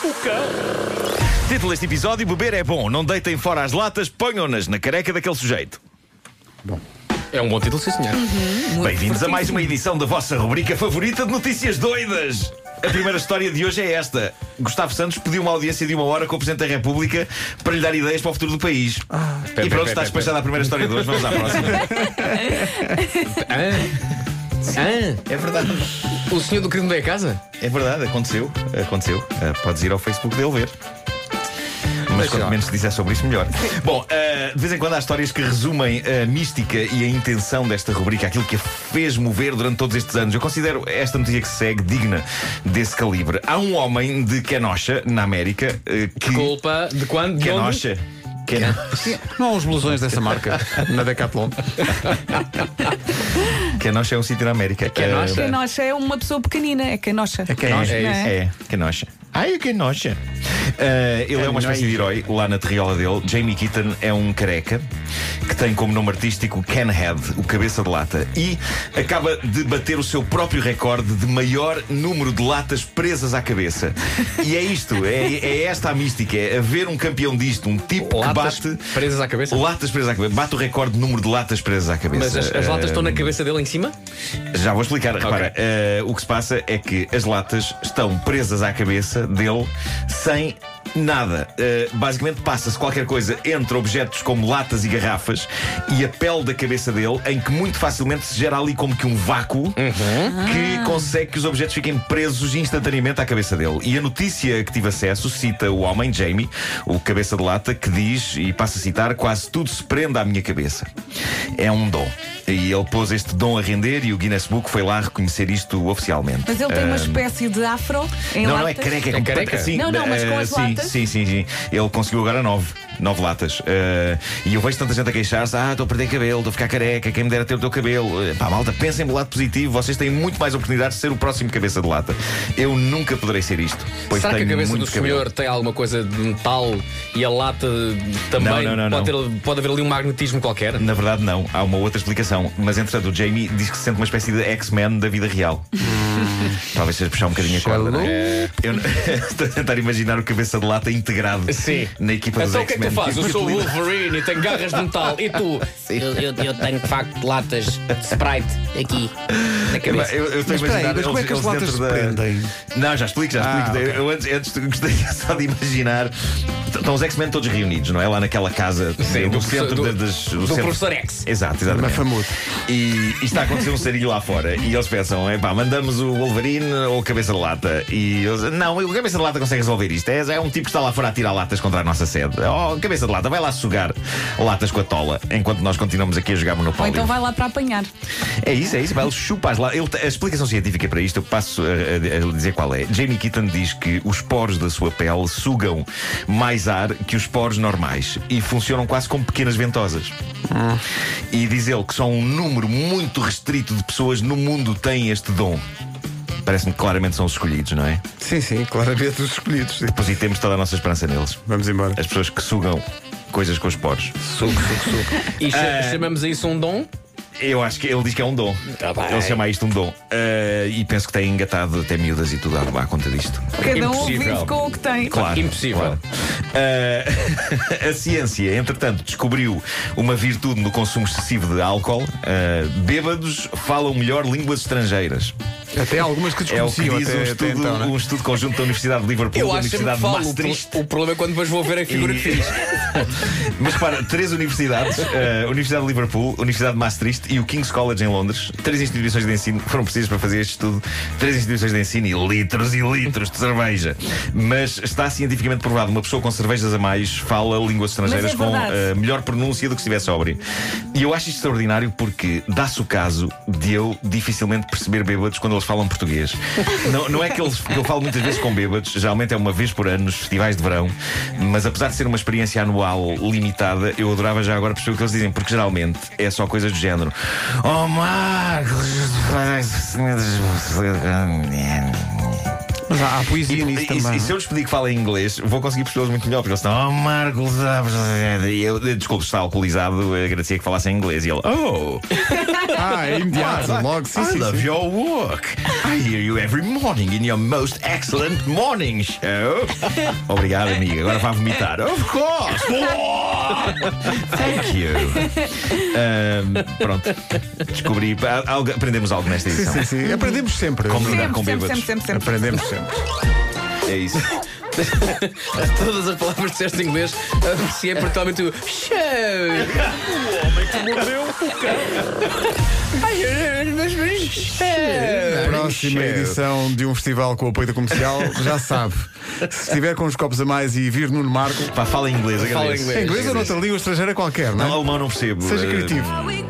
cuca. Título deste episódio: Beber é bom. Não deitem fora as latas, ponham-nas na careca daquele sujeito. É um bom título, sim, senhor. Bem-vindos a mais uma edição da vossa rubrica favorita de notícias doidas. A primeira história de hoje é esta. Gustavo Santos pediu uma audiência de uma hora com o Presidente da República para lhe dar ideias para o futuro do país. e pronto, está despachada a primeira história de hoje. Vamos à próxima. Ah. É verdade. O senhor do crime da casa? É verdade, aconteceu. Aconteceu. Ah, podes ir ao Facebook dele ver. Mas quanto menos se disser sobre isso, melhor. Bom, ah, de vez em quando há histórias que resumem a mística e a intenção desta rubrica, aquilo que a fez mover durante todos estes anos. Eu considero esta notícia que se segue digna desse calibre. Há um homem de Kenosha, na América, eh, que. Culpa de quando? é De onde? Kenosha. Kenosha. Não há uns blusões dessa marca na Decathlon. Kenosha é um sítio na América. Kenosha? Eh, Canocha é uma pessoa pequenina, é canocha. É Kenosha. É isso. É, Kenosha. Ai, o Kenosha. Eh, ele é uma espécie de herói lá na terriola dele. Jamie Keaton é um careca que tem como nome artístico Canhead, o cabeça de lata, e acaba de bater o seu próprio recorde de maior número de latas presas à cabeça. E é isto, é, é esta a mística: é haver um campeão disto, um tipo Latas que bate. presas à cabeça? Latas presas à cabeça. Bate o recorde de número de latas presas à cabeça. Mas as, as latas Eh, estão na cabeça dele em cima? já vou explicar, repara. eh, o que se passa é que as latas estão presas à cabeça dele sem nada. Eh, basicamente, passa-se qualquer coisa entre objetos como latas e garrafas e a pele da cabeça dele, em que muito facilmente se gera ali como que um vácuo que consegue que os objetos fiquem presos instantaneamente à cabeça dele. E a notícia que tive acesso cita o homem, Jamie, o cabeça de lata, que diz, e passa a citar, quase tudo se prende à minha cabeça. É um dom. E ele pôs este dom a render e o Guinness Book foi lá reconhecer isto oficialmente. Mas ele tem uma espécie de afro em Não, latas. não é careca, é, É completa- careca? Sim, Não, não, mas com eh, as sim, latas? Sim, sim, sim. Ele conseguiu agora nove. Nove latas. Eh, e eu vejo tanta gente a queixar-se: ah, estou a perder cabelo, estou a ficar careca, quem me dera ter o teu cabelo. Eh, pá, malta, pensem pelo lado positivo, vocês têm muito mais oportunidades de ser o próximo cabeça de lata. Eu nunca poderei ser isto. Pois Será que a tenho cabeça muito do cabelo. senhor tem alguma coisa de metal e a lata também? Não, não, não, pode, não. ter- pode haver ali um magnetismo qualquer? Na verdade, não. Há uma outra explicação. Mas, entretanto, o Jamie diz que se sente uma espécie de X-Men da vida real. Talvez seja puxar um bocadinho a corda. não é? Eu não- Estou a tentar imaginar o cabeça de lata integrado Sim. na equipa dos Então o que é que X-Men. tu fazes? Eu sou o Wolverine e tenho garras de metal. E tu? Eu, eu- eu tenho de facto latas de Sprite aqui na é Eu, cabeça. eu estou a Mas espera aí, imaginar mas como é eles- que as eles latas dentro se da- prendem? Não, já explico, já Ah, explico. ok. Eu antes, antes de- gostei só de imaginar. Estão os X-Men todos reunidos, não é? Lá naquela casa Sim, do, centro do professor- de- do- das. do professor X. Exato, exatamente. Mas famoso. E, e está a acontecer um sarilho lá fora. E eles pensam: é pá, mandamos o Wolverine ou o Cabeça de Lata. E eles. Não, o Cabeça de Lata consegue resolver isto. É, é um tipo que está lá fora a tirar latas contra a nossa sede. Oh, Cabeça de Lata, vai lá sugar latas com a tola enquanto nós continuamos aqui a jogar Ou Monopólio. então vai lá para apanhar. É isso, é isso. pá, Ele chupa as lá. Ele, a explicação científica para isto, eu passo a, a- a dizer qual é. Jamie Keaton diz que os poros da sua pele sugam mais ar que os poros normais e funcionam quase como pequenas ventosas. E diz ele que só um número muito restrito de pessoas no mundo têm este dom. Parece-me que claramente são os escolhidos, não é? Sim, sim, claramente os escolhidos. sim. Pois e temos toda a nossa esperança neles. Vamos embora. As pessoas que sugam coisas com os poros. Suco, suco, suco. E cha- Ah. chamamos a isso um dom? Eu acho que ele diz que é um dom. Tá bem. ele chama isto um dom. Eh, e penso que tem engatado até miúdas e tudo à, à conta disto. Cada um Impossível. vive com o que tem. Impossível. Eh, a ciência, entretanto, descobriu uma virtude no consumo excessivo de álcool. Eh, bêbados falam melhor línguas estrangeiras. Até algumas que É o que desconheciam diz até, um, até estudo, então, não um é? estudo conjunto da Universidade de Liverpool, Eu da acho sempre Universidade que de falo. Maastricht. O, o problema é quando depois vou ver a figura que fiz. Mas para, três universidades, a Universidade de Liverpool, a Universidade de Maastricht e o King's College em Londres, três instituições de ensino foram precisas para fazer este estudo, três instituições de ensino e litros e litros de cerveja. Mas está cientificamente provado, uma pessoa com cervejas a mais fala línguas estrangeiras Mas é com verdade. eh, melhor pronúncia do que se estiver sóbrio. E eu acho isto extraordinário porque dá-se o caso de eu dificilmente perceber bêbados quando eles falam português. não, não é que eles, que eu falo muitas vezes com bêbados, geralmente é uma vez por ano nos festivais de verão, mas apesar de ser uma experiência anual limitada, eu adorava já agora perceber o que eles dizem, porque geralmente é só coisas do género. Oh Marcos! Mas há, há poesia nisso e, também. e se eu lhes pedir que falem inglês, vou conseguir pessoas muito melhor, porque eles estão, oh Marcos, ah, e eu, eh, desculpe, está alcoolizado, eh, agradecia que falassem inglês. E ele, oh, Ah, é imediato, I- logo. Sim, I sim, love sim. your work. I hear you every morning in your most excellent morning show. Obrigado, amiga. Agora vai vomitar. Of course! Thank you. Ahm, pronto. Descobri. pá, algo- aprendemos algo nesta edição. Sim, sim. Aprendemos sempre. Como lidar Sempre, com sempre, bêbados. sempre, sempre, sempre. Aprendemos sempre. É isso. Todas as palavras que disseste em inglês, apreciei particularmente o show. O homem que mordeu o cão. Próxima edição de um festival com o apoio da comercial, já sabe. Se estiver com os copos a mais e vir Nuno Marco, Pá, fala em inglês, Fala agradeço. inglês. em inglês ou noutra língua estrangeira qualquer, Não, não é? alemão não percebo. Seja Eh, criativo.